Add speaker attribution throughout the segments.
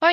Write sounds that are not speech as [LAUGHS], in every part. Speaker 1: 欢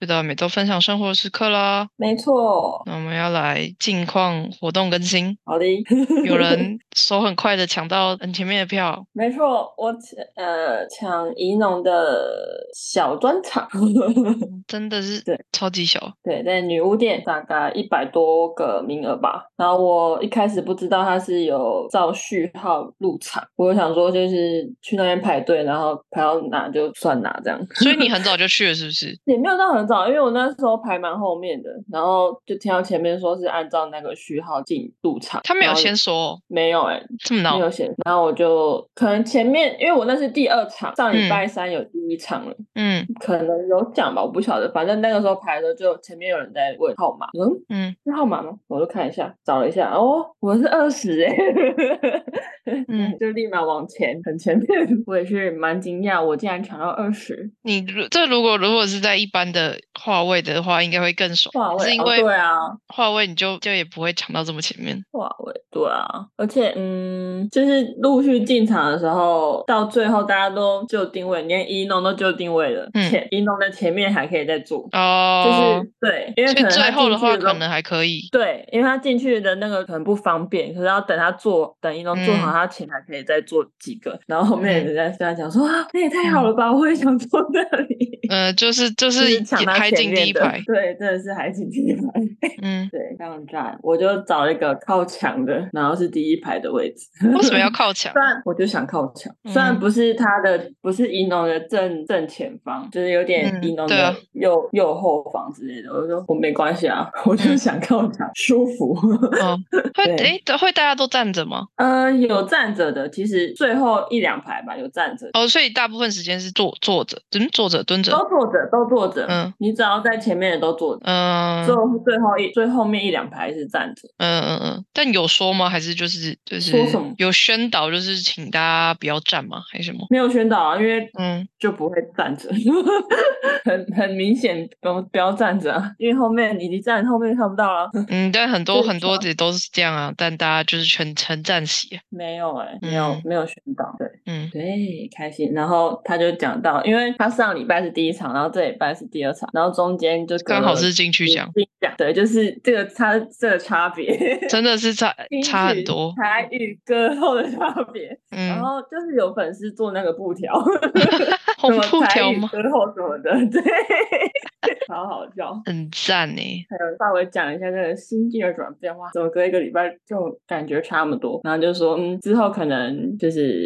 Speaker 1: 觉得每周分享生活时刻啦，
Speaker 2: 没错，
Speaker 1: 那我们要来近况活动更新。
Speaker 2: 好的， [LAUGHS]
Speaker 1: 有人手很快的抢到很前面的票，
Speaker 2: 没错，我抢呃抢怡农的小专场， [LAUGHS]
Speaker 1: 真的是
Speaker 2: 对
Speaker 1: 超级小，
Speaker 2: 对，在女巫店大概一百多个名额吧。然后我一开始不知道他是有照序号入场，我想说就是去那边排队，然后排到哪就算哪这样。
Speaker 1: 所以你很早就去了，是不是？
Speaker 2: 也没有到很早，因为我那时候排蛮后面的，然后就听到前面说是按照那个序号进入场。
Speaker 1: 他没有
Speaker 2: 然后
Speaker 1: 先说、哦、
Speaker 2: 没有哎、
Speaker 1: 这么
Speaker 2: 没
Speaker 1: 闹，
Speaker 2: 有写，然后我就可能前面，因为我那是第二场，上礼拜三有第一场了，
Speaker 1: 嗯
Speaker 2: 可能有讲吧，我不晓得。反正那个时候排的时候，就前面有人在问号码，我说嗯，
Speaker 1: 嗯
Speaker 2: 是号码吗？我就看一下，找了一下，哦，我是二十哎，
Speaker 1: 嗯，
Speaker 2: [LAUGHS] 就立马往前，很前面。 [LAUGHS] 我也是蛮惊讶，我竟然抢到二十
Speaker 1: 你如这如果如果是在一般的话位的话，应该会更爽，
Speaker 2: 话
Speaker 1: 是
Speaker 2: 位，
Speaker 1: 因
Speaker 2: 哦
Speaker 1: 为
Speaker 2: 对啊，
Speaker 1: 话位你就就也不会抢到这么前面，
Speaker 2: 话位，对啊，而且嗯，就是陆续进场的时候，到最后大家都就定位，连一农都就定位了，
Speaker 1: 嗯
Speaker 2: 前一农的前面还可以再坐，
Speaker 1: 哦
Speaker 2: 就，是对，因为
Speaker 1: 所
Speaker 2: 可
Speaker 1: 以
Speaker 2: 能
Speaker 1: 最
Speaker 2: 他
Speaker 1: 后
Speaker 2: 进
Speaker 1: 的
Speaker 2: 去
Speaker 1: 话
Speaker 2: 的时候
Speaker 1: 可能还可以，
Speaker 2: 对，因为他进去的那个可能不方便，可是要等他坐，等一农坐好
Speaker 1: 嗯
Speaker 2: 他前还可以再坐几个，然后后面
Speaker 1: 嗯
Speaker 2: 人家跟他讲说、啊，那也太好了吧，我也想坐那里。
Speaker 1: 呃，
Speaker 2: [LAUGHS]
Speaker 1: 就是就
Speaker 2: 就是抢
Speaker 1: 也
Speaker 2: 到
Speaker 1: 还
Speaker 2: 前
Speaker 1: 进第
Speaker 2: 面
Speaker 1: 一
Speaker 2: 的，
Speaker 1: 排，
Speaker 2: 对，真的是海景第一排。
Speaker 1: 嗯，
Speaker 2: 对，非常赞。我就找了一个靠墙的，然后是第一排的位置。
Speaker 1: [LAUGHS]
Speaker 2: [LAUGHS]
Speaker 1: 为什么要靠墙
Speaker 2: 虽？然我就想靠墙，虽然
Speaker 1: 嗯
Speaker 2: 不是他的，不是银龙的正正前方，就是有点
Speaker 1: 嗯
Speaker 2: 银龙
Speaker 1: 对啊
Speaker 2: 的右、右后方之类的。我就说我没关系啊， [LAUGHS] 我就
Speaker 1: 嗯
Speaker 2: 想靠墙，舒服。 [LAUGHS]
Speaker 1: 哦，会诶
Speaker 2: 对，
Speaker 1: 会大家都站着吗？
Speaker 2: 呃，有站着的，其实最后一两排吧，有站着的，
Speaker 1: 哦，所以大部分时间是坐坐着，嗯，坐着蹲着，
Speaker 2: 都坐着，都坐着。
Speaker 1: 嗯
Speaker 2: 你只要在前面的都坐着，
Speaker 1: 嗯
Speaker 2: 最后最后一最后面一两排是站着。
Speaker 1: 嗯嗯嗯，但有说吗？还是就是就是
Speaker 2: 说什么
Speaker 1: 有宣导，就是请大家不要站吗？还是什么？
Speaker 2: 没有宣导啊，因为
Speaker 1: 嗯，
Speaker 2: 就不会站着， [LAUGHS] 很很明显，不用不要站着啊，因为后面你一站，后面看不到了。 [LAUGHS]
Speaker 1: 嗯，但很多
Speaker 2: 就是
Speaker 1: 很多
Speaker 2: 说
Speaker 1: 也都是这样啊，但大家就是全程站起啊，
Speaker 2: 没有哎、没有、
Speaker 1: 嗯
Speaker 2: 没有宣导，对
Speaker 1: 嗯
Speaker 2: 对，开心。然后他就讲到，因为他上礼拜是第一场，然后这礼拜是第二场，然后中间就隔
Speaker 1: 刚好
Speaker 2: 了
Speaker 1: 是进去
Speaker 2: 金
Speaker 1: 讲，
Speaker 2: 金奖，对，就是这个差这个差别，
Speaker 1: 真的是 [LAUGHS]
Speaker 2: [LAUGHS]
Speaker 1: 差
Speaker 2: 金
Speaker 1: 差很
Speaker 2: 曲
Speaker 1: 多，
Speaker 2: 台语歌后的差别。
Speaker 1: 嗯
Speaker 2: 然，后就是有粉丝做那个布
Speaker 1: [LAUGHS]
Speaker 2: 条，
Speaker 1: 红
Speaker 2: 什
Speaker 1: 布
Speaker 2: 么台
Speaker 1: 条
Speaker 2: 语
Speaker 1: 吗？
Speaker 2: 歌后什么的，对， [LAUGHS] 好好笑。
Speaker 1: 很赞呢，
Speaker 2: 还有稍微讲一下这个心境的转变，哇，怎么隔一个礼拜就感觉差那么多？然后就说，嗯，之后可能就是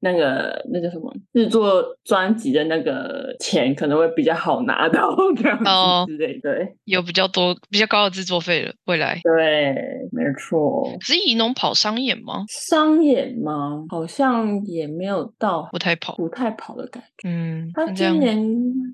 Speaker 2: 那个那叫什么制作专辑的那个钱可能会比较好拿到 [LAUGHS] 这样
Speaker 1: 哦
Speaker 2: 子之类的。对
Speaker 1: 有比较多比较高的制作费了，未来。
Speaker 2: 对，没错。
Speaker 1: 可是宜农跑商演吗？
Speaker 2: 商演吗？好像也没有到
Speaker 1: 不太跑，
Speaker 2: 不太跑的感觉。
Speaker 1: 嗯，
Speaker 2: 他
Speaker 1: 那这
Speaker 2: 今
Speaker 1: 样
Speaker 2: 年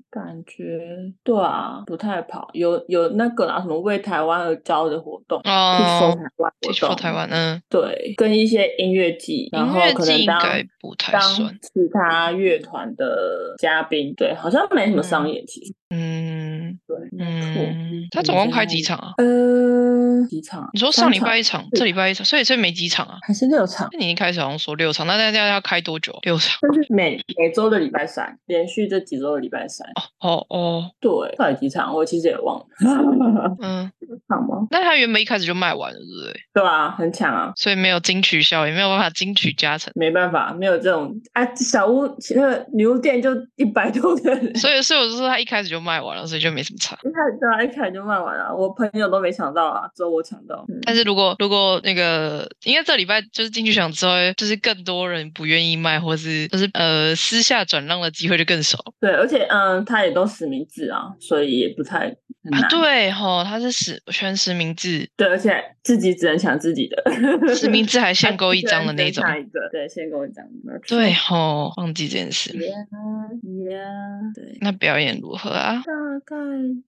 Speaker 2: 感觉对啊，不太跑，有有那个啦，什么为台湾而教的活动。去说
Speaker 1: 哦
Speaker 2: 台湾活
Speaker 1: ，Teach for
Speaker 2: 动
Speaker 1: 台湾，嗯，
Speaker 2: 对，跟一些音乐季，然
Speaker 1: 音
Speaker 2: 后
Speaker 1: 乐
Speaker 2: 可
Speaker 1: 季
Speaker 2: 能
Speaker 1: 应
Speaker 2: 当
Speaker 1: 该不太
Speaker 2: 当
Speaker 1: 算，
Speaker 2: 其他乐团的嘉宾，对，好像没什么商业其实，
Speaker 1: 嗯
Speaker 2: 对，没错。
Speaker 1: 嗯，他总共开几场啊？
Speaker 2: 呃，几场？
Speaker 1: 嗯你说
Speaker 2: 三
Speaker 1: 上礼
Speaker 2: 场
Speaker 1: 拜一场，
Speaker 2: 四
Speaker 1: 这礼拜一场，所以这没几场啊？
Speaker 2: 还是六场？
Speaker 1: 那你一开始好像说六场，那大家要开多久啊？六场？
Speaker 2: 就是每每周的礼拜三，连续这几周的礼拜三，
Speaker 1: 哦哦，
Speaker 2: 对，到底几场？我其实也忘了， [LAUGHS]
Speaker 1: 嗯，
Speaker 2: 四场吗？
Speaker 1: 那他原本一开始就卖完了，对不对？
Speaker 2: 对啊，很强啊，
Speaker 1: 所以没有金曲效应，没有办法金曲加成。
Speaker 2: 没办法，没有这种啊，小屋那个女巫店就一百多个人，
Speaker 1: 所以，所以我就说他一开始就卖完了，所以就没什么差。
Speaker 2: [LAUGHS] 一开始对啊，一开始就卖完了，我朋友都没抢到啊，只有我抢到。嗯、
Speaker 1: 但是如果如果那个，应该这礼拜就是进去想之后，就是更多人不愿意卖，或是就是呃私下转让的机会就更少。
Speaker 2: 对，而且嗯，他也都实名制啊，所以也不太很难。
Speaker 1: 啊、对吼、他是实全实名
Speaker 2: [LAUGHS]
Speaker 1: 制，
Speaker 2: 对而且自己只能抢自己的，
Speaker 1: 实名制还限购一张的那种
Speaker 2: [LAUGHS] 还。是只能抢一个，对，限购一张。没有错
Speaker 1: 对吼、忘记这件
Speaker 2: 嗯
Speaker 1: 事。
Speaker 2: 啊，Yeah，Yeah，对，啊
Speaker 1: 那表演如何啊？
Speaker 2: 大概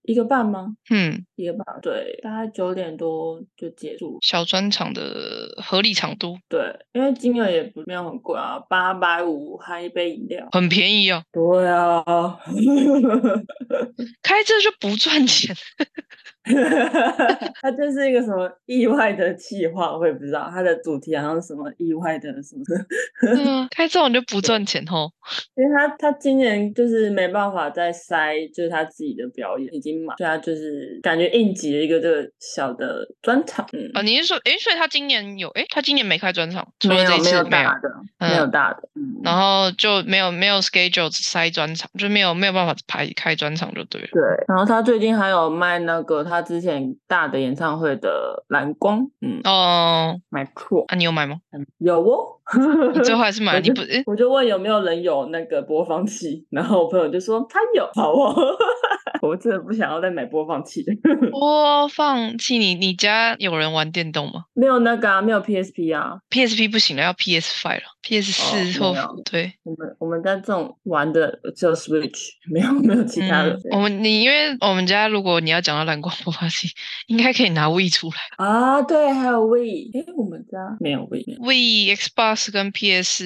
Speaker 2: 一个半吗？
Speaker 1: 嗯，
Speaker 2: 一个半，对，大概九点多就结束。
Speaker 1: 小专场的合理长度
Speaker 2: 对，因为金额也不没有很贵啊，八百五含一杯饮料。
Speaker 1: 很便宜哦，
Speaker 2: 对啊，
Speaker 1: 开这就不赚钱。钱。
Speaker 2: [LAUGHS] 它就是一个什么意外的计划，我也不知道它的主题好像是什么意外的 [LAUGHS] 什么，
Speaker 1: 对啊，开这种就不赚钱
Speaker 2: [LAUGHS]
Speaker 1: 吼。
Speaker 2: 因为他他今年就是没办法再塞，就是他自己的表演已经满，所以他就是感觉应急了一个这个小的专场，嗯，
Speaker 1: 啊，你是说，诶，所以他今年有，诶，他今年没开专场，除
Speaker 2: 没
Speaker 1: 了这
Speaker 2: 有
Speaker 1: 一
Speaker 2: 没
Speaker 1: 次
Speaker 2: 有
Speaker 1: 没有
Speaker 2: 大，的，
Speaker 1: 嗯
Speaker 2: 没有大的，嗯，
Speaker 1: 然后就没有没有 schedule 塞专场，就没有没有办法排开专场就对了。
Speaker 2: 对，然后他最近还有卖那个他之前大的演唱会的蓝光，嗯，
Speaker 1: 哦，
Speaker 2: 没错，
Speaker 1: 啊，你有买吗？
Speaker 2: 有哦，
Speaker 1: 你最后还是买了，
Speaker 2: [LAUGHS] 我
Speaker 1: 你
Speaker 2: 就
Speaker 1: 不，诶
Speaker 2: 我就问有没有人有那个播放器，然后我朋友就说他有，好哦， [LAUGHS] 我真的不想要再买播放器，
Speaker 1: 播放器，你你家有人玩电动吗
Speaker 2: [LAUGHS] 没有那个啊，没有 PSP 啊，
Speaker 1: ？PSP 不行了，要 PS Five 了，PS 四
Speaker 2: 哦
Speaker 1: 或
Speaker 2: 没有
Speaker 1: 对，
Speaker 2: 我们我们在这种玩的只有 Switch，没有没有其他的、
Speaker 1: 嗯，我们你因为我们家如果你要讲到蓝光播放器，应该可以拿 We 出来
Speaker 2: 啊，对，还有 We，哎，我们家没有 We，
Speaker 1: ，We Xbox 跟 PS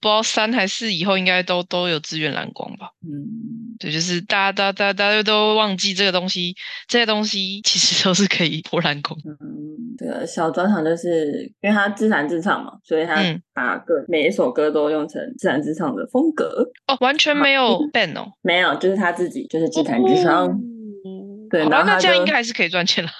Speaker 1: 不知道三还是以后应该都都有支援蓝光吧。
Speaker 2: 嗯，
Speaker 1: 对，就是大家、大家、大家、大家都忘记这个东西，这些东西其实都是可以波兰空。
Speaker 2: 嗯，这个小专场就是因为它自弹自唱嘛，所以它
Speaker 1: 嗯
Speaker 2: 把各每一首歌都用成自弹自唱的风格，
Speaker 1: 哦，完全没有 ban 哦，
Speaker 2: 没有，就是他自己嗯就是自弹自唱。 [LAUGHS]
Speaker 1: 哦
Speaker 2: 对
Speaker 1: 好
Speaker 2: 然
Speaker 1: 吧，
Speaker 2: 后
Speaker 1: 那
Speaker 2: 他
Speaker 1: 这样应
Speaker 2: 就
Speaker 1: 该还是可以赚钱
Speaker 2: [LAUGHS]
Speaker 1: 了，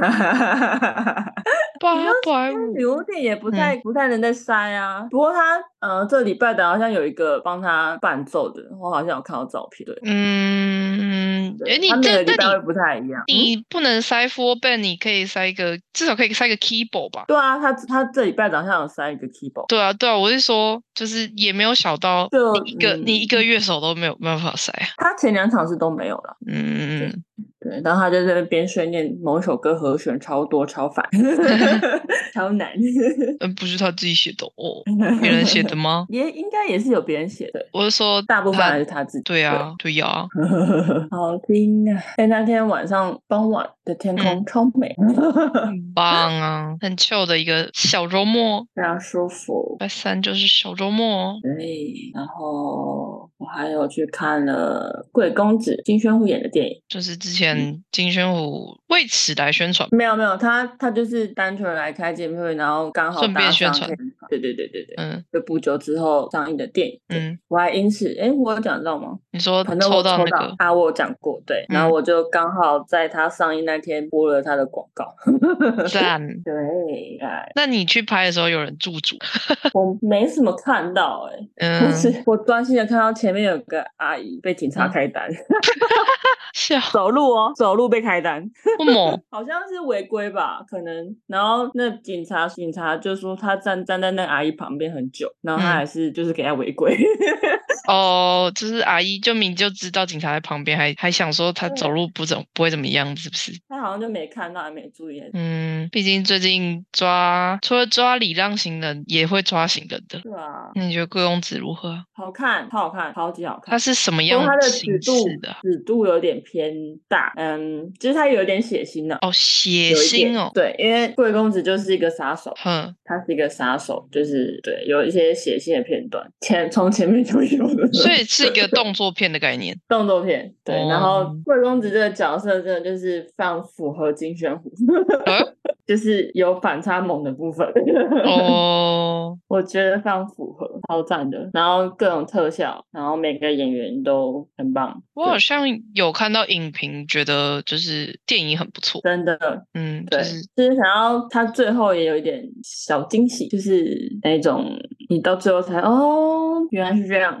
Speaker 2: 哈，
Speaker 1: 八
Speaker 2: 你要
Speaker 1: 百
Speaker 2: 但
Speaker 1: 五
Speaker 2: 旅游店也
Speaker 1: 嗯
Speaker 2: 不太、不太能再塞啊。不过他呃，这礼拜的好像有一个帮他伴奏的，我好像有看到照片。对，
Speaker 1: 嗯，
Speaker 2: 对
Speaker 1: 哎，你
Speaker 2: 他每
Speaker 1: 这
Speaker 2: 个礼拜
Speaker 1: 那
Speaker 2: 会不太一样。嗯
Speaker 1: 你你不能塞 four ban，你可以塞一个，至少可以塞个 keyboard 吧？
Speaker 2: 对啊，他他这礼拜早上有塞一个 keyboard，
Speaker 1: 对啊，对啊，我是说，就是也没有小到
Speaker 2: 就
Speaker 1: 你一个你一
Speaker 2: 嗯
Speaker 1: 个乐手都没有没有办法塞啊，
Speaker 2: 他前两场是都没有了。
Speaker 1: 嗯，
Speaker 2: 对，然后他就在那边训练某一首歌和弦超多超
Speaker 1: [LAUGHS]
Speaker 2: 烦， [LAUGHS] 超难。
Speaker 1: 呃不是他自己写的
Speaker 2: [LAUGHS]
Speaker 1: 哦，别人写的吗？
Speaker 2: 也应该也是有别人写的，
Speaker 1: 我是说，
Speaker 2: 大部分
Speaker 1: 他
Speaker 2: 还是他自己。
Speaker 1: 对啊，对呀、
Speaker 2: 好听啊！哎，那天晚上傍晚的天
Speaker 1: 嗯
Speaker 2: 空超美，嗯
Speaker 1: 很棒啊，很 chill 的一个小周末。
Speaker 2: 非常舒服
Speaker 1: 礼。拜三就是小周末哦，
Speaker 2: 对，然后我还有去看了《贵公子》金宣虎演的电影。
Speaker 1: 就是之前金宣虎为此来宣传，
Speaker 2: 没有没有，他他就是单纯来开见面会，然后刚好
Speaker 1: 顺便
Speaker 2: 搭
Speaker 1: 宣
Speaker 2: 上
Speaker 1: 传
Speaker 2: 天堂。对对对对对，
Speaker 1: 嗯
Speaker 2: 就不久之后上映的电影。对，
Speaker 1: 嗯，
Speaker 2: 我还因此，哎，我有讲到吗？
Speaker 1: 你说
Speaker 2: 反正我
Speaker 1: 抽
Speaker 2: 抽
Speaker 1: 那个，
Speaker 2: 啊，我有讲过，对，然后
Speaker 1: 嗯
Speaker 2: 我就刚好在他上映那天播了他的广告。 [LAUGHS]
Speaker 1: 赞。
Speaker 2: 对，哎，
Speaker 1: 那你去拍的时候有人驻
Speaker 2: [LAUGHS]
Speaker 1: 足，
Speaker 2: 我没什么看到哎、我 [LAUGHS]
Speaker 1: 嗯，
Speaker 2: 只我专心的看到前面有个阿姨被警察开单，
Speaker 1: 笑
Speaker 2: 走路哦，走路被开单，
Speaker 1: 啊不猛，
Speaker 2: 好像是违规吧，可能。然后那警察警察就说他站站在那阿姨旁边很久，然后他
Speaker 1: 嗯
Speaker 2: 还是就是给他违规， [LAUGHS]
Speaker 1: 哦，就是阿姨就明就知道警察在旁边，还还想说他
Speaker 2: 对
Speaker 1: 走路不怎么不会怎么样，是不是？
Speaker 2: 他好像就没看到，也没注意。
Speaker 1: 嗯，毕竟最近抓除了抓礼让行人，也会抓行人的。
Speaker 2: 对啊，
Speaker 1: 那你觉得贵公子如何啊？
Speaker 2: 好看，超好看，超级好看。
Speaker 1: 它是什么
Speaker 2: 不过
Speaker 1: 样
Speaker 2: 它的尺
Speaker 1: 形式
Speaker 2: 度
Speaker 1: 的啊？
Speaker 2: 尺度有点偏大，嗯，就是它有点血腥了、
Speaker 1: 哦，血
Speaker 2: 有一点
Speaker 1: 腥哦，
Speaker 2: 对，因为贵公子就是一个杀手， [LAUGHS]
Speaker 1: 哼，
Speaker 2: 他是一个杀手，就是对有一些血腥的片段，前从前面就有了，
Speaker 1: 所以是一个动作片的概念。
Speaker 2: 动作片对。然后
Speaker 1: 哦
Speaker 2: 贵公子这个角色真的就是非常符合金宣虎，
Speaker 1: 呃
Speaker 2: [LAUGHS] 就是有反差萌的部分， [LAUGHS]
Speaker 1: 哦，
Speaker 2: 我觉得非常符合，超赞的。然后各种特效，然后每个演员都很棒，
Speaker 1: 我好像有看到影评，觉得就是电影很不错
Speaker 2: 对。真的
Speaker 1: 嗯，
Speaker 2: 对， [LAUGHS]
Speaker 1: 就是
Speaker 2: 就是想要他最后也有一点小惊喜，就是那种你到最后才哦，原来是这样。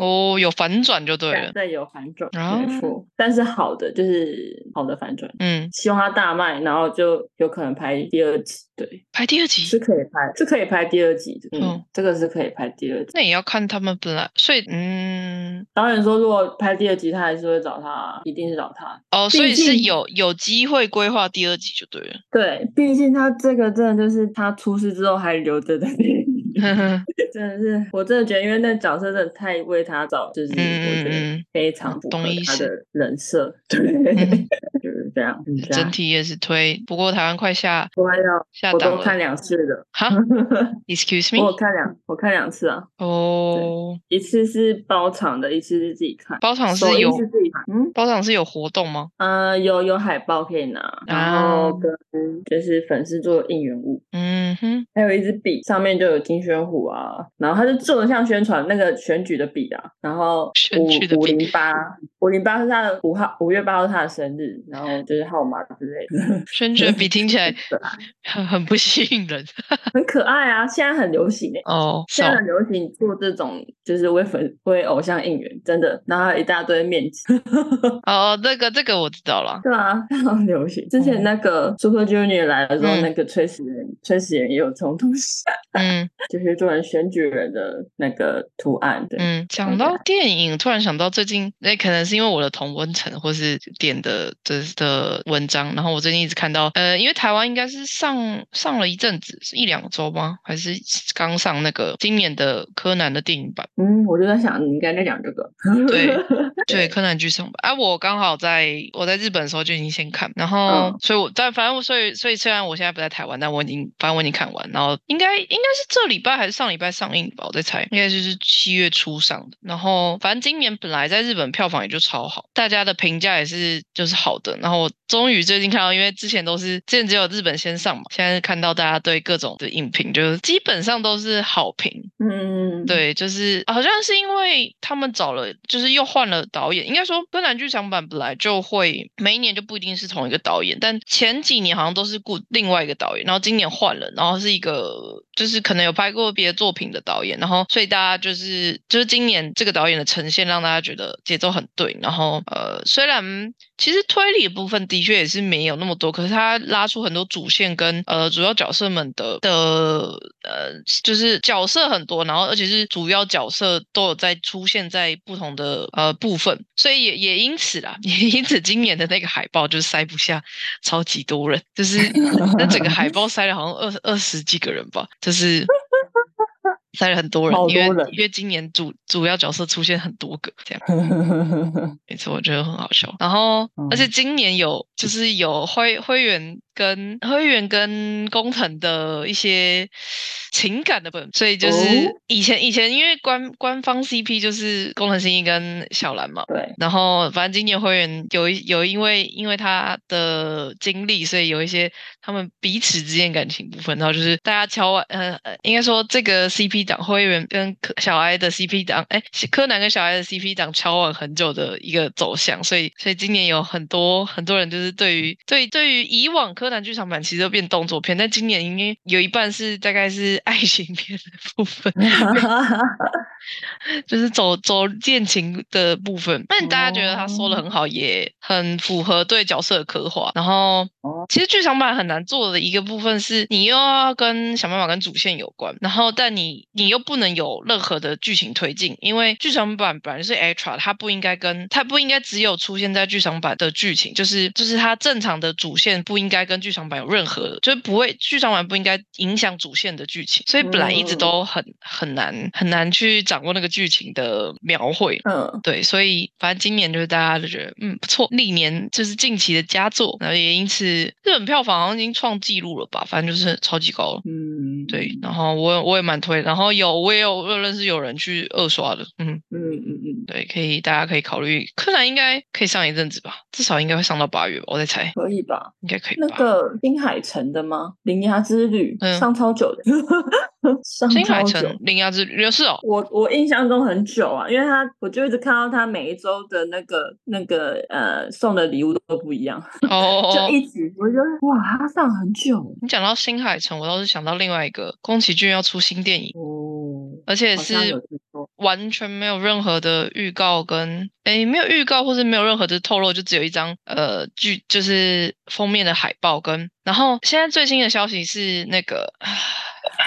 Speaker 1: 哦，有反转就对了。
Speaker 2: 对，有反转，
Speaker 1: 哦
Speaker 2: 没错。但是好的就是好的反转，
Speaker 1: 嗯，
Speaker 2: 希望它大卖，然后就有可能拍第二集。对，
Speaker 1: 拍第二
Speaker 2: 是
Speaker 1: 集，
Speaker 2: 可以拍，是可以拍第二集的。嗯，
Speaker 1: 嗯
Speaker 2: 这个是可以拍第二集。
Speaker 1: 那也要看他们本来，所以嗯，
Speaker 2: 导演说，如果拍第二集，他还是会找他，一定是找他。
Speaker 1: 哦，所
Speaker 2: 毕
Speaker 1: 以是
Speaker 2: 竟
Speaker 1: 有有机会规划第二集就对
Speaker 2: [LAUGHS]
Speaker 1: 了。
Speaker 2: 对，毕竟他这个真的就是他出事之后还留着的电影。 [LAUGHS] 真的是，我真的觉得，因为那角色真的太为他找，就是我
Speaker 1: 嗯
Speaker 2: 觉
Speaker 1: 嗯嗯
Speaker 2: 得
Speaker 1: 嗯
Speaker 2: 非常符合
Speaker 1: 懂意
Speaker 2: 他
Speaker 1: 思
Speaker 2: 的人设，对，
Speaker 1: 嗯
Speaker 2: 就是是这样，是这
Speaker 1: 整
Speaker 2: 样。
Speaker 1: 体也是推。不过台湾快下
Speaker 2: 我有，
Speaker 1: 下
Speaker 2: 我
Speaker 1: 档
Speaker 2: 都看
Speaker 1: 了。
Speaker 2: 两次的，
Speaker 1: 哈，Excuse
Speaker 2: 我有
Speaker 1: me，
Speaker 2: 看两，我看两次啊，
Speaker 1: 哦，
Speaker 2: 一次是包场的，一次是自己看。
Speaker 1: 包场
Speaker 2: 首
Speaker 1: 是
Speaker 2: 映
Speaker 1: 有
Speaker 2: 是自己看，嗯，
Speaker 1: 包场是有活动吗？
Speaker 2: 呃，有有海报可以
Speaker 1: 啊
Speaker 2: 拿，然后跟就是粉丝做应援物，
Speaker 1: 嗯哼，
Speaker 2: 还有一支笔，上面就有金宣虎啊，然后它是做的像宣传那个选举的笔啊，然后
Speaker 1: 选
Speaker 2: 五
Speaker 1: 举的
Speaker 2: 五
Speaker 1: 笔
Speaker 2: 零八五零八是他的五号，五月八号是他的生日，然后就是号码之类的，
Speaker 1: [LAUGHS] 宣卷笔听起来
Speaker 2: 很可爱
Speaker 1: 很很不吸引人
Speaker 2: [LAUGHS]
Speaker 1: [LAUGHS]
Speaker 2: 很可爱啊，现在很流行诶、
Speaker 1: 哦。
Speaker 2: 现在
Speaker 1: 少
Speaker 2: 很流行做这种，就是为粉为偶像应援，真的，然后还有一大堆面积，
Speaker 1: 哦，那个这个我知道了。
Speaker 2: 对啊， [LAUGHS] 非常流行。之前那个 Super Junior 来的时候，
Speaker 1: 哦嗯
Speaker 2: 那个崔始源，崔始源也有这种东西， [LAUGHS]
Speaker 1: 嗯
Speaker 2: 就是做成选举人的那个图案。对，
Speaker 1: 嗯，讲
Speaker 2: 看起
Speaker 1: 到
Speaker 2: 来
Speaker 1: 电影，突然想到最近，那可能是因为我的同温层或是点的的的文章，然后我最近一直看到，呃，因为台湾应该是上上了一阵子，是一两周吗？还是刚上那个今年的柯南的电影版？
Speaker 2: 嗯，我就在想，你应该在讲这个。 [LAUGHS] 嗯
Speaker 1: 对对，柯南剧场版。啊，我刚好在我在日本的时候就已经先看，然后、
Speaker 2: 嗯
Speaker 1: 所以我但反正我所以所以虽然我现在不在台湾，但我已经反正我已经看完，然后应该应该是这礼拜还是上礼拜上映吧，我在猜，应该就是七月初上的。然后反正今年本来在日本票房也就超好，大家的评价也是就是好的。然后我终于最近看到，因为之前都是之前只有日本先上嘛，现在看到大家对各种的影评，就是基本上都是好评，
Speaker 2: 嗯，，
Speaker 1: 对，就是好像是因为他们找了，就是又换了导演。应该说，柯南剧场版本来就会每一年就不一定是同一个导演，但前几年好像都是顾另外一个导演，然后今年换了，然后是一个就是可能有拍过别的作品的导演，然后所以大家就是就是今年这个导演的呈现让大家觉得节奏很对，然后呃虽然其实推理的部分的确也是没有那么多，可是他拉出很多主线跟呃主要角色们的的呃，就是角色很多，然后而且是主要角色都有在出现在不同的呃部分，所以也也因此啦， [LAUGHS] 也因此今年的那个海报就塞不下超级多人，就是
Speaker 2: [LAUGHS]
Speaker 1: 那整个海报塞了好像二二十几个人吧，就是。塞了很多人，
Speaker 2: 好
Speaker 1: 因为
Speaker 2: 多人
Speaker 1: 因为今年主主要角色出现很多个这样。没错，我觉得很好笑。然后，而且今年有就是有灰灰原跟灰原跟工藤的一些情感的本，所以就是
Speaker 2: 哦
Speaker 1: 以前、以前因为官官方 CP 就是工藤新一跟小兰嘛。
Speaker 2: [LAUGHS] 对， [LAUGHS]
Speaker 1: 然后，反正今年灰原有一有因为因为他的经历，所以有一些他们彼此之间感情部分，然后就是大家敲完，呃，呃应该说这个 CP 档灰原跟柯小哀的 CP 档，哎，是柯南跟小哀的 CP 档敲完很久的一个走向，所以所以今年有很多很多人就是对于对对于以往柯南剧场版其实都变动作片，但今年应该有一半是大概是爱情片的部分，
Speaker 2: 嗯
Speaker 1: [LAUGHS] 就是走走恋情的部分。但大家觉得他说的很好，也很符合对角色的刻画。然后
Speaker 2: 哦，
Speaker 1: 其实剧场版很难做的一个部分是，你又要跟想办法跟主线有关，然后但你你又不能有任何的剧情推进，因为剧场版本来就是 extra，它不应该跟它不应该只有出现在剧场版的剧情，就是就是它正常的主线不应该跟剧场版有任何，就是不会剧场版不应该影响主线的剧情，所以本来一直
Speaker 2: 嗯
Speaker 1: 都很很难很难去掌握那个剧情的描绘。
Speaker 2: 嗯，
Speaker 1: 对，所以反正今年就是大家就觉得嗯不错，历年就是近期的佳作，然后也因此日本票房好像已经创纪录了吧，反正就是超级高了。
Speaker 2: 嗯，
Speaker 1: 对，然后我也我也蛮推，然后有我也有我有认识有人去二刷的，嗯，
Speaker 2: 嗯嗯嗯，
Speaker 1: 对，可以大家可以考虑，柯南应该可以上一阵子吧，至少应该会上到八月吧，我在猜，
Speaker 2: 可以吧？
Speaker 1: 应该可以
Speaker 2: 那
Speaker 1: 吧。
Speaker 2: 个新海诚的吗？《铃芽之旅》
Speaker 1: 嗯
Speaker 2: 上超久的， [LAUGHS] 上
Speaker 1: 新海
Speaker 2: 超久。
Speaker 1: 诚《铃
Speaker 2: [LAUGHS]
Speaker 1: 芽之旅》是哦，
Speaker 2: 我我印象中很久啊，因为他我就一直看到他每一周的那个那个呃送的礼物都不一样， [LAUGHS]
Speaker 1: 哦
Speaker 2: 就，一直我就觉得哇，他上很久欸
Speaker 1: 你讲到新海诚，我倒是想到另外一个宫崎骏要出新电影，
Speaker 2: 哦，
Speaker 1: 而且
Speaker 2: 好像
Speaker 1: 是
Speaker 2: 有听说，
Speaker 1: 完全没有任何的预告跟诶没有预告或是没有任何的透露，就只有一张呃剧就是封面的海报跟。然后现在最新的消息是那个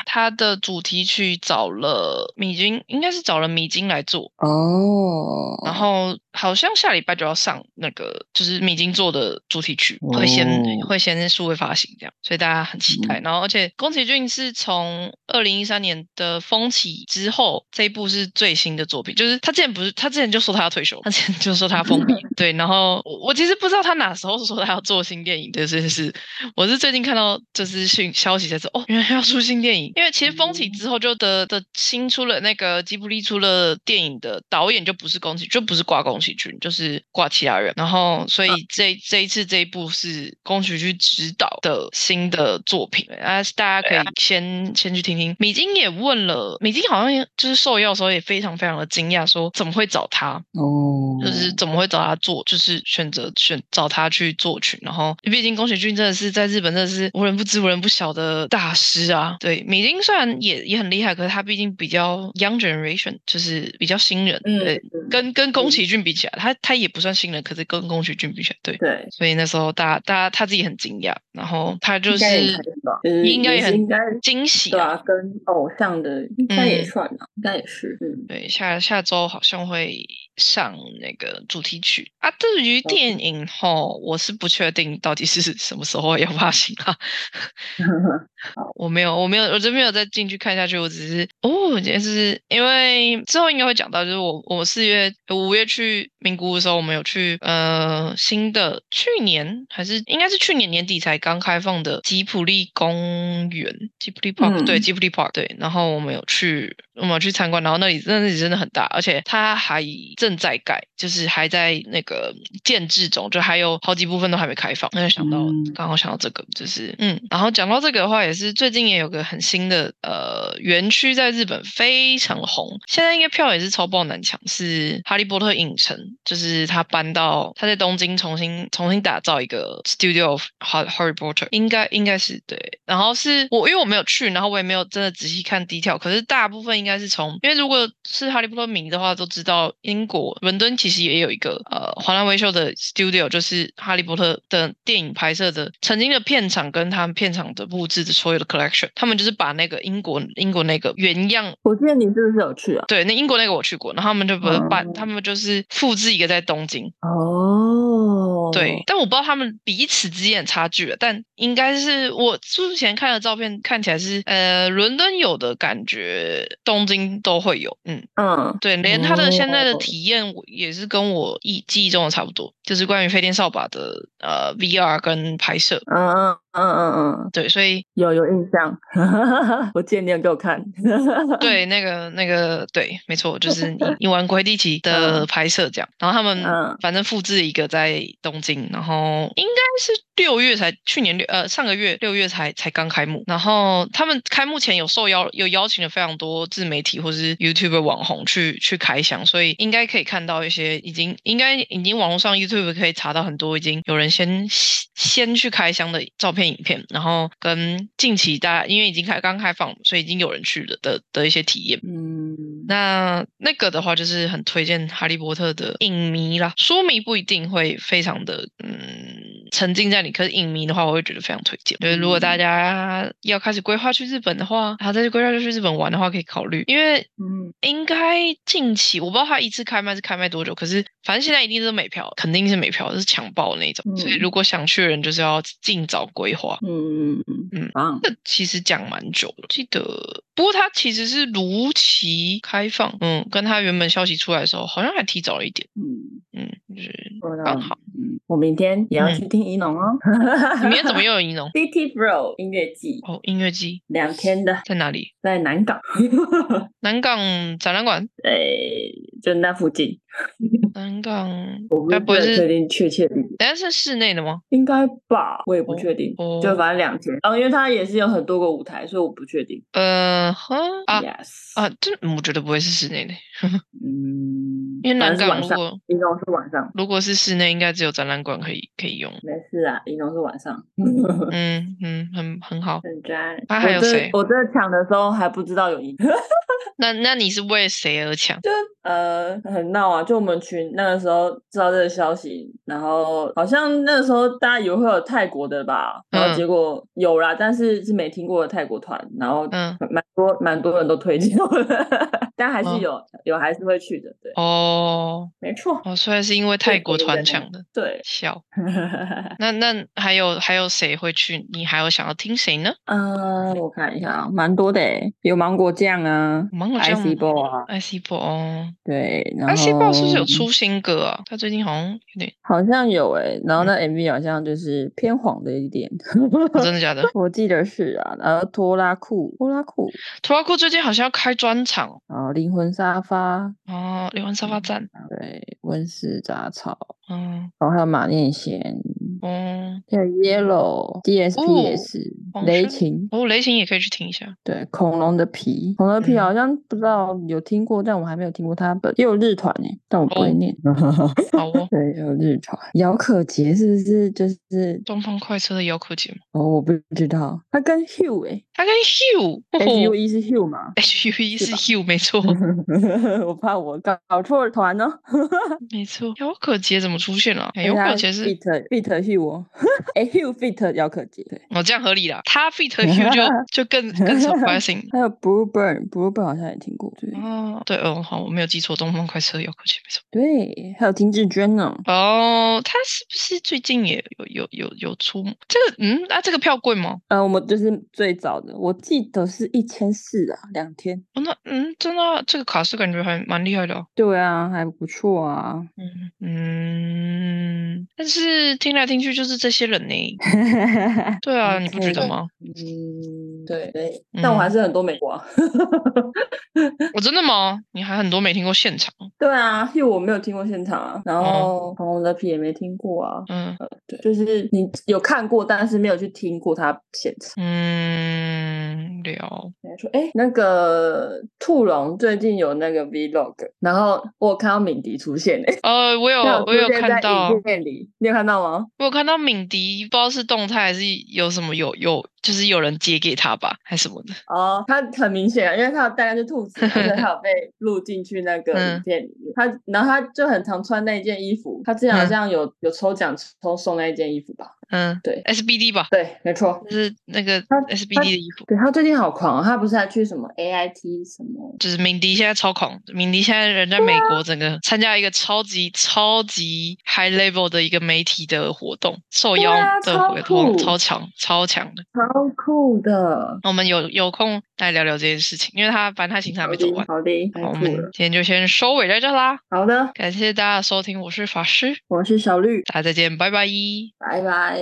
Speaker 1: 它的主题曲找了米津，应该是找了米津来做，
Speaker 3: 哦，
Speaker 1: 然后好像下礼拜就要上那个，就是米津做的主题曲，会先、
Speaker 2: 哦
Speaker 1: 会先数位发行这样，所以大家很期待。然后，而且宫崎骏是从二零一三年的《风起》之后，这一部是最新的作品，就是他之前不是他之前就说他要退休，他之前就说他要封笔，对。然后我我其实不知道他哪时候说他要做新电影的这件事，我是最近看到就是讯消息才知道，哦，原来要出新电影。因为其实《风起》之后就的的新出了那个吉卜力出了电影的导演就不是宫崎，就不是挂宫崎骏，就是挂其他人。然后所以这这一次这一部是宫崎骏执导的新的作品啊，大家可以先先去听听。米津也问了，米津好像也就是受邀的时候也非常非常的惊讶，说怎么会找他？
Speaker 2: 哦，
Speaker 1: 就是怎么会找他做，就是选择选找他去作曲，然后毕竟宫崎骏真的是在日本真的是无人不知无人不晓的大师啊。对，米津虽然也也很厉害，可是他毕竟比较 young generation，就是比较新人，
Speaker 2: 嗯
Speaker 1: 对，
Speaker 2: 嗯
Speaker 1: 跟跟宫崎骏比起来，他他也不算新人，可是跟宫崎骏比起来，对，
Speaker 2: 对，
Speaker 1: 所以那时候大家大家他自己很惊讶，然后他就
Speaker 2: 应该也
Speaker 1: 是
Speaker 2: 可以吧就是
Speaker 1: 应该
Speaker 2: 也
Speaker 1: 也
Speaker 2: 是
Speaker 1: 很
Speaker 2: 应该
Speaker 1: 惊喜
Speaker 2: 对
Speaker 1: 啊
Speaker 2: 啊，跟偶像的应该也
Speaker 1: 嗯
Speaker 2: 算啊，应该也是，嗯，
Speaker 1: 对，下下周好像会上那个主题曲啊。至于
Speaker 2: 哦
Speaker 1: 电影吼，我是不确定到底是什么时候要发行啊。我没有，我没有，我真没有再进去看下去。我只是哦，就是因为之后应该会讲到，就是我我四月五月去名古屋的时候，我们有去呃新的去年还是应该是去年年底才刚开放的吉普力公园，吉普力 park、对
Speaker 2: 嗯
Speaker 1: 吉普力 park 对，然后我们有去我们有去参观，然后那里那里真的很大，而且它还正在盖，就是还在那个建制中，就还有好几部分都还没开放。那就想到
Speaker 2: 嗯
Speaker 1: 刚好想到这个，就是嗯，然后讲到这个的话，也是最近也有个很新的呃园区在日本非常红，现在应该票也是超爆难抢，是哈利波特影城，就是他搬到他在东京重新重新打造一个 Studio of Har- Harry Potter，应该应该是对，然后是我因为我没有去，然后我也没有真的仔细看 detail，可是大部分应该是从，因为如果是哈利波特迷的话，都知道英国伦敦其实也有一个呃华纳维修的 studio，就是哈利波特的电影拍摄的曾经的片场跟他们片场的布置的所有的 collection，他们就是把那个英国英国那个原样
Speaker 2: [LAUGHS] 我记得你是不是有去啊？
Speaker 1: 对，那英国那个我去过，然后他们就不是办，
Speaker 2: 哦
Speaker 1: 他们就是复制一个在东京，
Speaker 2: 哦，
Speaker 1: 对，，但我不知道他们彼此之间的差距了，但应该是我之前看的照片看起来是，呃，伦敦有的感觉，东京都会有，嗯，
Speaker 2: 嗯，
Speaker 1: 对，连他的现在的
Speaker 2: 哦
Speaker 1: 体验我也是跟我忆记忆中的差不多，就是关于飞天扫把的呃 VR 跟拍摄，
Speaker 2: 嗯嗯嗯嗯嗯，
Speaker 1: 对，所
Speaker 2: [LAUGHS]
Speaker 1: 以
Speaker 2: 有有印象，我记得你有给我看，
Speaker 1: 对那个那个对，没错，就是你你玩魁地奇的
Speaker 2: 嗯
Speaker 1: 拍摄这样，然后他们
Speaker 2: 嗯
Speaker 1: 反正复制了一个在东京，然后应该是六月才去年六呃上个月六月才才刚开幕，然后他们开幕前有受邀有邀请了非常多自媒体或是 YouTube 网红去去开箱，所以应该可以看到一些已经应该已经网络上 YouTube 可以查到很多已经有人先先去开箱的照片影片，然后跟近期大家因为已经开刚开放，所以已经有人去了的的一些体验。
Speaker 2: 嗯，
Speaker 1: 那那个的话，就是很推荐《哈利波特》的影迷啦，书迷不一定会非常的嗯沉浸在里，可是影迷的话，我会觉得非常推荐。就是如果大
Speaker 2: 嗯
Speaker 1: 家要开始规划去日本的话，然后再去规划去日本玩的话，可以考虑，因为
Speaker 2: 嗯
Speaker 1: 应该近期我不知道它一次开卖是开卖多久，可是反正现在一定是没票，肯定是没票，是抢爆那种。所以
Speaker 2: 嗯
Speaker 1: 如果想去的人，就是要尽早规划。
Speaker 2: 嗯嗯嗯
Speaker 1: 嗯
Speaker 2: 嗯，棒，
Speaker 1: 这其实讲蛮久了，记得。不过它其实是如期开放，嗯，跟它原本消息出来的时候，好像还提早了一点，
Speaker 2: 嗯，
Speaker 1: 嗯，就是
Speaker 2: 我
Speaker 1: 刚好。
Speaker 2: 嗯，我明天也要
Speaker 1: 嗯
Speaker 2: 去听一农哦，
Speaker 1: 你明天怎么又有一农？
Speaker 2: City Bro 音乐季
Speaker 1: 哦，音乐季
Speaker 2: 两天的，
Speaker 1: 在哪里？
Speaker 2: 在南港，
Speaker 1: 南港展览馆，
Speaker 2: 诶，就那附近，
Speaker 1: 南港，
Speaker 2: [LAUGHS] 我不
Speaker 1: 该
Speaker 2: 是
Speaker 1: 不会
Speaker 2: 确
Speaker 1: 是？
Speaker 2: 定确切地点。
Speaker 1: 等一下是室内的吗？
Speaker 2: 应该吧，我也不
Speaker 1: 哦
Speaker 2: 确定，
Speaker 1: 哦
Speaker 2: 就反正两天。然、后因为它也是有很多个舞台，所以我不确定。
Speaker 1: 呃，哈啊
Speaker 2: yes，
Speaker 1: 啊，这嗯我觉得不会是室内的，
Speaker 2: 嗯，
Speaker 1: 因为
Speaker 2: 反
Speaker 1: 南
Speaker 2: 正是
Speaker 1: 港
Speaker 2: 晚
Speaker 1: 如
Speaker 2: 上，
Speaker 1: 果
Speaker 2: 一农是晚上，
Speaker 1: 如果是室内，应该只有展览馆可以可以用。
Speaker 2: 没事啊，一农是晚上。
Speaker 1: 嗯嗯，很很好。
Speaker 2: 很赞。
Speaker 1: 啊还有
Speaker 2: 我这
Speaker 1: 谁
Speaker 2: 我这抢的时候还不知道有一，
Speaker 1: 那那你是为谁而抢？
Speaker 2: [LAUGHS] 呃，很闹啊！就我们群那个时候知道这个消息，然后好像那个时候大家以为会有泰国的吧，然
Speaker 1: 嗯
Speaker 2: 后结果有啦，但是是没听过的泰国团，然后
Speaker 1: 嗯
Speaker 2: 蛮多蛮多人都推荐我的，但还是 [LAUGHS]
Speaker 1: 哦
Speaker 2: 有、有还是会去的，对。
Speaker 1: 哦哦
Speaker 2: 没错，
Speaker 1: 哦，所以是因为泰国团抢的，
Speaker 2: 对， [LAUGHS]
Speaker 1: 笑。那那还有还有谁会去？你还有想要听谁呢？
Speaker 2: 呃，我看一下啊，蛮多的诶，有芒果酱啊
Speaker 1: 芒果酱
Speaker 2: ，IC b o 啊，
Speaker 1: ，IC 波哦
Speaker 2: 对，然后
Speaker 1: ，IC 波是不是有出新歌啊？他最近好像有
Speaker 2: [LAUGHS]
Speaker 1: 点，
Speaker 2: 好像有诶、然后那
Speaker 1: 嗯
Speaker 2: MV 好像就是偏黄的
Speaker 1: [LAUGHS]
Speaker 2: 一点，
Speaker 1: 哦真的假的？
Speaker 2: 我记得是啊，然后拖拉库，拖拉库，
Speaker 1: 图拉库最近好像要开专场
Speaker 2: 然后灵魂沙发，
Speaker 1: 哦，流湾沙发站，
Speaker 2: 对，温室杂草，
Speaker 1: 嗯
Speaker 2: 然后还有马念贤，
Speaker 1: 哦
Speaker 2: 还有 Yellow DSP 也
Speaker 1: 哦
Speaker 2: 是、
Speaker 1: 黄
Speaker 2: 雷
Speaker 1: 轩
Speaker 2: 霆，
Speaker 1: 哦，雷霆也可以去听一下。
Speaker 2: 对，恐龙的皮，恐龙的皮
Speaker 1: 嗯
Speaker 2: 好像不知道有听过，但我还没有听过他本，也有日团诶、但我不会
Speaker 1: 哦
Speaker 2: 念。，
Speaker 1: 好哦
Speaker 2: [LAUGHS] 对，有日团，姚可杰是不是就是
Speaker 1: 东方快车的遥可节目，
Speaker 2: 哦？我不知道，他跟 Hugh 哎、
Speaker 1: 他跟 Hugh 哦？
Speaker 2: h U E 是 Hugh 吗
Speaker 1: H U E
Speaker 2: 是
Speaker 1: 是
Speaker 2: 吧
Speaker 1: Hugh 没
Speaker 2: [LAUGHS]
Speaker 1: 错
Speaker 2: 我怕我搞搞错团哦。
Speaker 1: 没错，姚可杰怎么出现了？哎
Speaker 2: 因
Speaker 1: 姚
Speaker 2: 为他
Speaker 1: 可杰是
Speaker 2: fit fit Hugh，哦哎、Hugh fit 姚可杰，对，
Speaker 1: 哦，这样合理啦。他 fit Hugh 就就更更
Speaker 2: [LAUGHS]
Speaker 1: surprising
Speaker 2: 还有 Blue Burn，Blue Burn 好像也听过，对、
Speaker 1: 哦，对哦，好，我没有记错，东方快车遥可杰没错。
Speaker 2: 对，还有金志娟呢，
Speaker 1: 哦，他是不是最近也有有有有出这个？嗯，那、啊、这个票贵吗？
Speaker 2: 呃，我们就是最早的，我记得是一千四啊，两天，
Speaker 1: 哦，那嗯，真的啊、这个卡式感觉还蛮厉害的哦、
Speaker 2: 对啊，还不错啊，
Speaker 1: 嗯嗯，但是听来听去就是这些人呢。对啊，你不觉得
Speaker 2: 对
Speaker 1: 吗？
Speaker 2: 嗯，对对，
Speaker 1: 但我还
Speaker 2: 是很多美国、啊。
Speaker 1: 我哦真的吗？你还很多没听过现场？
Speaker 2: 对啊，因为我没有听过现场啊，然
Speaker 1: 嗯
Speaker 2: 后红红的皮也没听过啊。
Speaker 1: 嗯
Speaker 2: 对，就是你有看过，但是没有去听过他现场。
Speaker 1: 嗯，聊
Speaker 2: 人家说，哎，那个兔龙最近有那个 vlog，然后我有看到敏迪出现诶、
Speaker 1: 呃，我有
Speaker 2: 她
Speaker 1: 我有
Speaker 2: 出现在
Speaker 1: 看到，
Speaker 2: 影片里，你有看到吗？
Speaker 1: 我有看到敏迪，不知道是动态还是有什么有有，就是有人截给他吧，还是什么的。
Speaker 2: 哦，他很明显啊，因为他有带那只兔子嘛，所以他
Speaker 1: [LAUGHS]
Speaker 2: 有被录进去那个
Speaker 1: 嗯
Speaker 2: 影片里面。他然后他就很常穿那件衣服，他之前好
Speaker 1: 嗯
Speaker 2: 像有、有抽奖抽送那一件衣服吧？
Speaker 1: 嗯
Speaker 2: 对
Speaker 1: ，SBD 吧，
Speaker 2: 对，没错。
Speaker 1: 就是那个
Speaker 2: 他
Speaker 1: SBD 的衣服。
Speaker 2: 对他最近好狂、哦，他不是还去什么 AIT 什么？
Speaker 1: 就是敏迪现在超狂，敏迪现在人在
Speaker 2: 啊
Speaker 1: 美国，整个参加一个超级超级 high level 的一个媒体的活动，受
Speaker 2: 对
Speaker 1: 邀
Speaker 2: 啊
Speaker 1: 的
Speaker 2: 超
Speaker 1: 活动、
Speaker 2: 酷
Speaker 1: 超强超强的。
Speaker 2: 超酷的，
Speaker 1: 那我们有有空来聊聊这件事情，因为他反正他行程还没走完。
Speaker 2: 好的，
Speaker 1: 好，我
Speaker 2: 太
Speaker 1: 们
Speaker 2: 酷了。
Speaker 1: 今天就先收尾在这啦，
Speaker 2: 好的，
Speaker 1: 感谢大家的收听，我是法师，
Speaker 2: 我是小绿，
Speaker 1: 大家再见，拜拜。
Speaker 2: 拜拜。